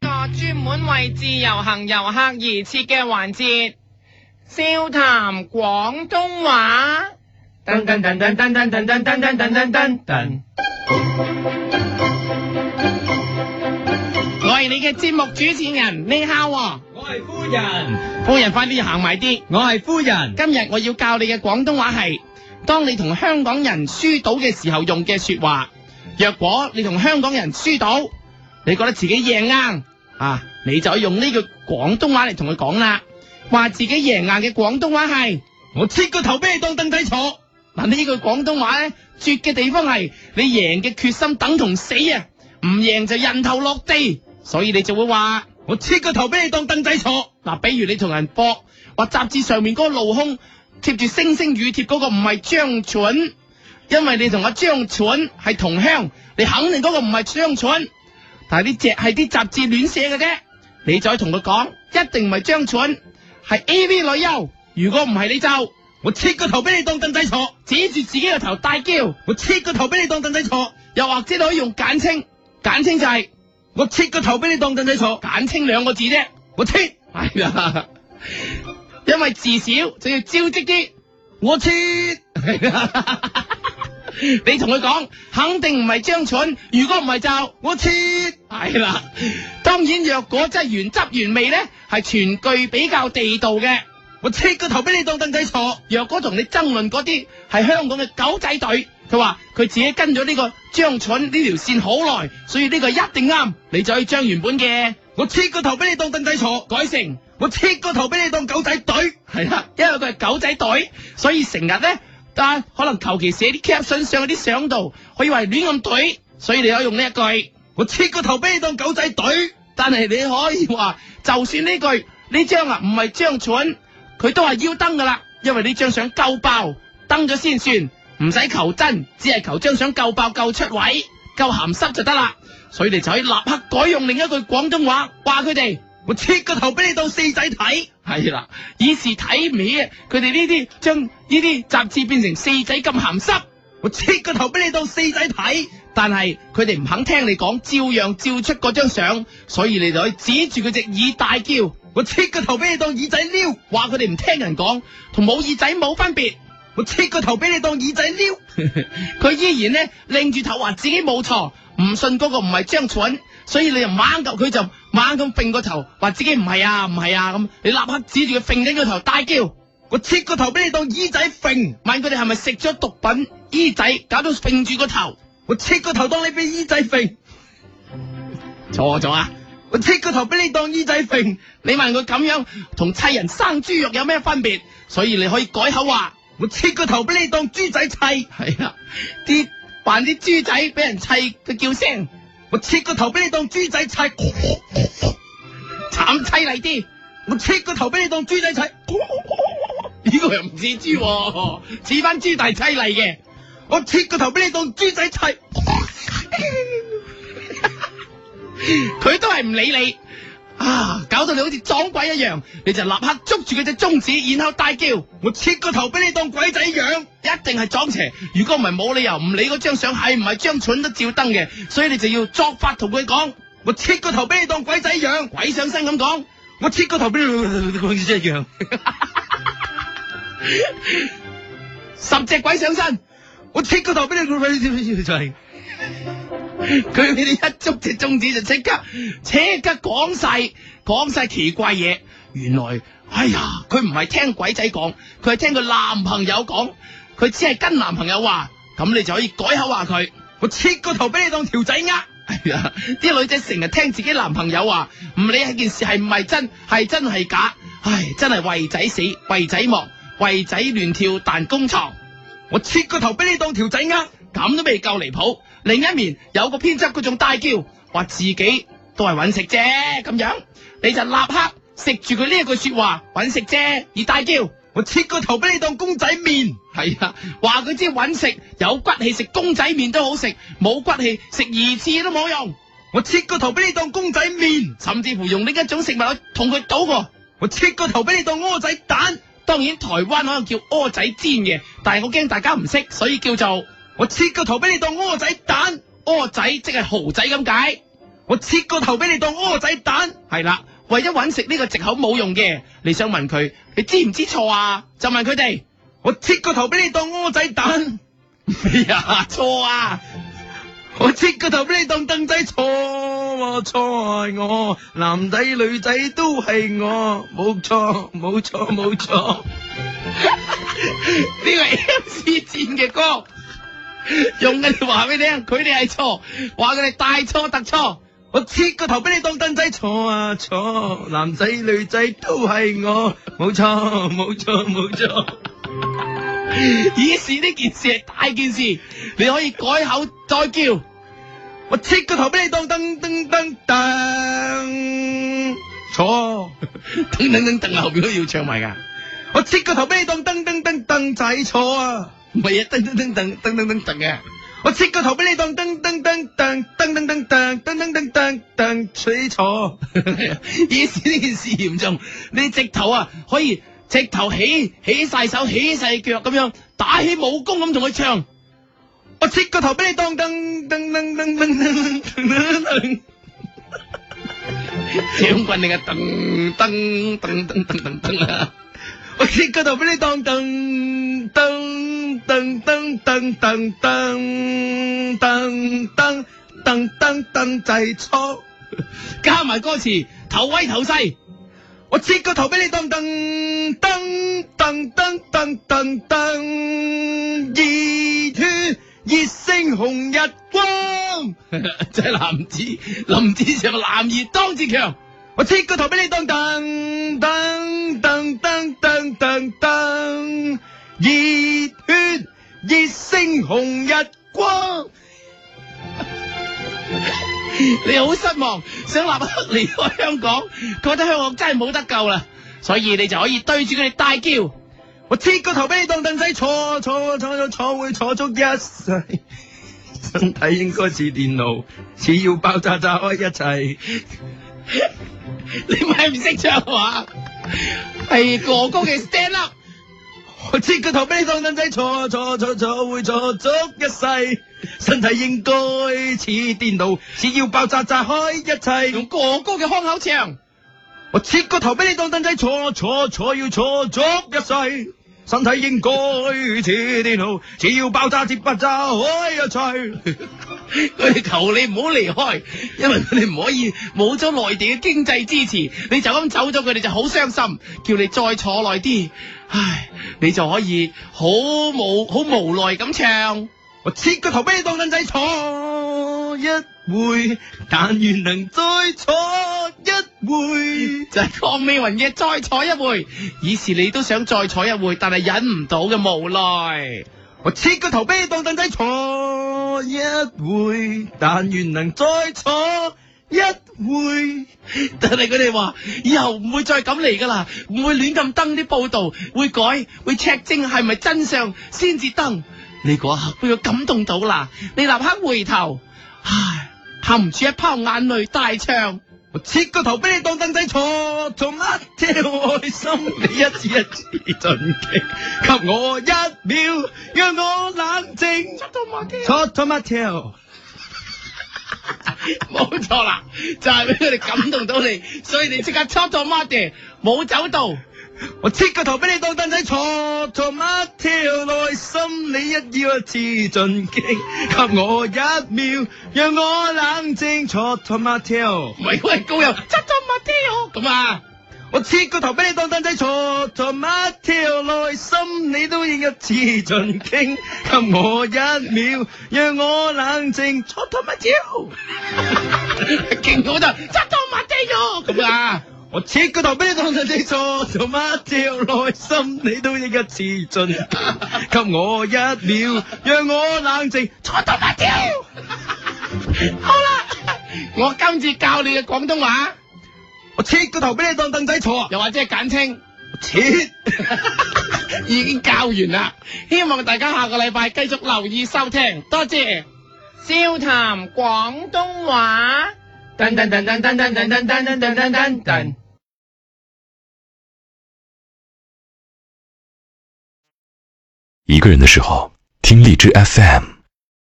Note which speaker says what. Speaker 1: 個專門為自由行遊客而設嘅環節，笑談廣東話。
Speaker 2: 噔噔噔噔噔噔噔噔噔噔噔噔噔。
Speaker 1: 我係你嘅節目主持人，你好喎，
Speaker 2: 我係夫人，
Speaker 1: 夫人快啲行埋啲。
Speaker 2: 我係夫人。
Speaker 1: 今日我要教你嘅廣東話係，當你同香港人輸到嘅時候用嘅說話。若果你同香港人輸到，你覺得自己贏硬啊，你就可以用呢句廣東話嚟同佢講啦。話自己贏硬嘅廣東話係，
Speaker 2: 我切個頭俾你當凳仔坐。
Speaker 1: 嗱呢句廣東話咧，絕嘅地方係你贏嘅決心等同死啊，唔贏就人頭落地，所以你就會話。
Speaker 2: 我切個頭俾你當凳仔坐。
Speaker 1: 嗱，比如你同人搏，話雜誌上面嗰個露胸貼住星星雨貼嗰個唔係張蠢，因為你同阿張蠢係同鄉，你肯定嗰個唔係張蠢，但係呢只係啲雜誌亂寫嘅啫，你再同佢講，一定唔係張蠢，係 A V 女優，如果唔係你就
Speaker 2: 我切個頭俾你當凳仔坐。
Speaker 1: 指住自己個頭大叫，
Speaker 2: 我切個頭俾你當凳仔坐。
Speaker 1: 又或者你可以用簡稱，簡稱就係、
Speaker 2: 我切個頭俾你當凳仔坐。
Speaker 1: 簡稱兩個字啫，
Speaker 2: 我切，
Speaker 1: 係啦，因為字少就要招積啲。
Speaker 2: 我切。
Speaker 1: 你同佢講，肯定唔係張蠢，如果唔係就
Speaker 2: 我切，
Speaker 1: 係啦。當然，若果真係原汁原味咧，係全句比較地道嘅。
Speaker 2: 我切個頭俾你當凳仔坐。
Speaker 1: 若果同你爭論嗰啲係香港嘅狗仔隊，佢話佢自己跟咗呢個張蠢呢條線好耐，所以呢個一定啱，你就可以將原本嘅
Speaker 2: 我切個頭俾你當凳仔坐。
Speaker 1: 改成
Speaker 2: 我切個頭俾你當狗仔隊。
Speaker 1: 係啦，因為佢係狗仔隊，所以成日咧，但可能求其寫啲 caption 上嗰啲相度，可以話係亂咁隊，所以你可以用呢一句。
Speaker 2: 我切個頭俾你當狗仔隊。
Speaker 1: 但係你可以話，就算呢句呢張啊唔係張蠢，佢都係要登噶啦，因為呢張相夠爆，登咗先算，唔使求真，只係求張相夠爆、夠出位、夠鹹濕就得啦。所以你就可以立刻改用另一句廣東話話佢哋，
Speaker 2: 我切個頭俾你當四仔睇。
Speaker 1: 係啦，以示睇唔起啊！佢哋呢啲將呢啲雜誌變成四仔咁鹹濕，
Speaker 2: 我切個頭俾你當四仔睇。
Speaker 1: 但係佢哋唔肯聽你講，照樣照出嗰張相，所以你就可以指住佢隻耳大叫。
Speaker 2: 我切個頭俾你當耳仔撩，
Speaker 1: 話佢哋唔聽人講，同冇耳仔冇分別。
Speaker 2: 我切個頭俾你當耳仔撩，
Speaker 1: 佢依然咧擰住頭話自己冇錯，唔信嗰個唔係張蠢，所以你就猛及佢就猛咁揈個頭，話自己唔係啊唔係啊咁，你立刻指住佢揈緊個頭大叫，
Speaker 2: 我切個頭俾你當耳仔揈，
Speaker 1: 問佢哋係咪食咗毒品醫仔，搞到揈住個頭，
Speaker 2: 我切個頭當你俾耳仔揈，
Speaker 1: 錯咗啊！
Speaker 2: 我切個頭俾你當耳仔揈，
Speaker 1: E 你問佢咁樣同砌人生豬肉有咩分別？所以你可以改口話。
Speaker 2: 我切個頭俾你當豬仔砌，
Speaker 1: 係啦，啲扮啲豬仔俾人砌嘅叫聲，
Speaker 2: 我切個頭俾你當豬仔砌，
Speaker 1: 慘凄厲啲。
Speaker 2: 我切個頭俾你當豬仔砌，
Speaker 1: 呢個又唔似豬
Speaker 2: 哦
Speaker 1: 喎，似翻豬大妻嚟嘅。
Speaker 2: 我切個頭俾你當豬仔砌，
Speaker 1: 佢都係唔理你啊，搞到你好似撞鬼一樣，你就立刻捉住佢隻中指，然後大叫，一
Speaker 2: 我切個頭俾你當鬼仔樣，
Speaker 1: 定係撞邪。如果唔係冇理由唔理嗰張相係唔係張蠢都照登嘅，所以你就要作法同佢講，
Speaker 2: 我切個頭俾你當鬼仔樣，
Speaker 1: 鬼上身咁講。
Speaker 2: 我切個頭俾你當豬仔樣，
Speaker 1: 十隻鬼上身，
Speaker 2: 我切個頭俾你當鬼仔樣。
Speaker 1: 佢俾你一捉隻中指就即刻，即刻講晒講晒奇怪嘢。原來，哎呀，佢唔係聽鬼仔講，佢係聽佢男朋友講，佢只係跟男朋友話，咁你就可以改口話佢。
Speaker 2: 我切個頭俾你當條仔呃，
Speaker 1: 係啊，啲女仔成日聽自己男朋友話，唔理係件事係唔係真，係真係假，唉，真係為仔死，為仔亡，為仔亂跳彈弓床。
Speaker 2: 我切個頭俾你當條仔呃，
Speaker 1: 咁都未夠離譜。另一面有個編輯佢仲大叫，話自己都係揾食啫咁樣，你就立刻食住佢呢一句説話揾食啫而大叫，
Speaker 2: 我切個頭俾你當公仔麵，
Speaker 1: 係啊，話佢知揾食有骨氣食公仔麵都好食，冇骨氣食二次都冇用，
Speaker 2: 我切個頭俾你當公仔麵，
Speaker 1: 甚至乎用另一種食物去同佢賭過。
Speaker 2: 我切個頭俾你當蚵仔蛋，
Speaker 1: 當然台灣可能叫蚵仔煎嘅，但係我驚大家唔識，所以叫做
Speaker 2: 我切個頭俾你當蚵仔蛋，
Speaker 1: 蚵仔，即係蠔仔咁解。
Speaker 3: 我切個頭俾你當蚵仔蛋。
Speaker 1: 系啦，為咗揾食呢個藉口冇用嘅，你想問佢，你知唔知錯啊？就問佢 哋，
Speaker 3: 我切個頭俾你當蚵仔蛋，
Speaker 1: 哎呀，錯啊！
Speaker 3: 我切個頭俾你當凳仔坐，我錯係我，男仔女仔都係我，冇錯冇錯冇錯。
Speaker 1: 呢個 MC 戰嘅歌，用嘅你話俾你聽，佢哋係錯，話佢哋大錯特錯。
Speaker 3: 我切個頭俾你當凳仔坐啊坐，男仔女仔都係我，冇錯冇錯冇錯。
Speaker 1: 以是呢件事係大件事，你可以改口再叫。
Speaker 3: 我切個頭俾你當凳凳凳凳坐，
Speaker 1: 等等等等，後邊都要唱埋㗎。
Speaker 3: 我切個頭俾你當凳凳凳凳仔坐啊！
Speaker 1: 唔係啊，噔噔噔噔噔噔噔噔嘅。
Speaker 3: 我切個頭俾你當噔噔噔噔噔噔噔噔噔噔噔噔水坐，
Speaker 1: 以是呢件事嚴重，你直頭啊可以直頭起起晒手起晒腳咁樣打起武功咁同佢唱。
Speaker 3: 我切個頭俾你當噔噔噔噔噔噔噔噔，
Speaker 1: 掌棍你嘅噔噔噔噔噔噔噔啊！
Speaker 3: 我切個頭俾你當噔噔噔噔噔噔噔噔噔噔噔噔仔坐，
Speaker 1: 加埋歌詞頭威頭勢，
Speaker 3: 我切個頭俾你當噔噔噔噔噔噔噔熱血熱星紅日光。
Speaker 1: 真係男子林子祥男兒當自強。
Speaker 3: 我切個頭俾你當噔噔噔噔噔噔噔，熱血熱星紅日光，
Speaker 1: 你好失望，想立刻離開香港，覺得香港真係冇得救啦，所以你就可以對住佢哋大叫。
Speaker 3: 我切個頭俾你當凳仔坐坐坐坐坐會坐足一世，身體應該似電腦，似要爆炸炸開一切。
Speaker 1: 你咪唔識唱話，係哥哥嘅 stand up。
Speaker 3: 我切個頭俾你當凳仔坐坐坐坐會坐足一世，身體應該似電腦，似要爆炸炸開一切
Speaker 1: 用。哥哥嘅腔口唱，
Speaker 3: 我切個頭俾你當凳仔坐坐坐，要坐足一世。身體應該似電腦，只要爆炸接不炸開一切。
Speaker 1: 佢哋求你唔好離開，因為佢哋唔可以冇咗內地嘅經濟支持，你就咁走咗，佢哋就好傷心，叫你再坐耐啲，唉，你就可以好冇好無奈咁唱。
Speaker 3: 我切個頭俾你當凳仔坐一回，但願能再坐一回。
Speaker 1: 就係邝美雲嘅再坐一回，以是你都想再坐一回，但係忍唔到嘅無奈。
Speaker 3: 我切個頭俾你當凳仔坐一回，但願能再坐一回。
Speaker 1: 但係佢哋話以後唔會再咁嚟㗎啦，唔會亂咁登啲報道，會改會 check 證係咪真相先至登。你嗰一刻俾佢感動到啦，你立刻回頭，唉，含住一泡眼淚大唱。
Speaker 3: 我切個頭俾你當凳仔坐，做乜啫？我開心，你一次一次進擊，給我一秒，讓我冷靜。坐做乜啫？
Speaker 1: 冇錯啦，就係俾佢哋感動到你，所以你即刻搓咗孖爹，冇走到。
Speaker 3: 我切個頭俾你當凳仔坐，做乜啫？內心你一要一次進擊，給我一秒，讓我冷靜。坐做乜啫？
Speaker 1: 唔係喂高又搓咗孖爹咁啊！
Speaker 3: 我切個頭俾你當凳仔坐，坐乜條內心你都應一次盡傾，給我一秒，讓我冷靜，坐到乜條？
Speaker 1: 勁好就執到抹地咗咁啊！
Speaker 3: 我切個頭俾你當凳仔坐，坐乜條內心你都應一次盡傾，給我一秒，讓我冷靜，
Speaker 1: 坐到抹 掉。好啦，我今次教你嘅廣東話，
Speaker 3: 我切個頭俾你當凳仔坐，啊
Speaker 1: 又或者係簡稱，
Speaker 3: 我 切。
Speaker 1: 已經教完啦。希望大家下個禮拜繼續留意收聽，多謝。笑談廣東話。
Speaker 2: 噔噔噔噔噔噔噔噔噔噔噔噔噔。
Speaker 4: 一个人的时候，听荔枝 FM。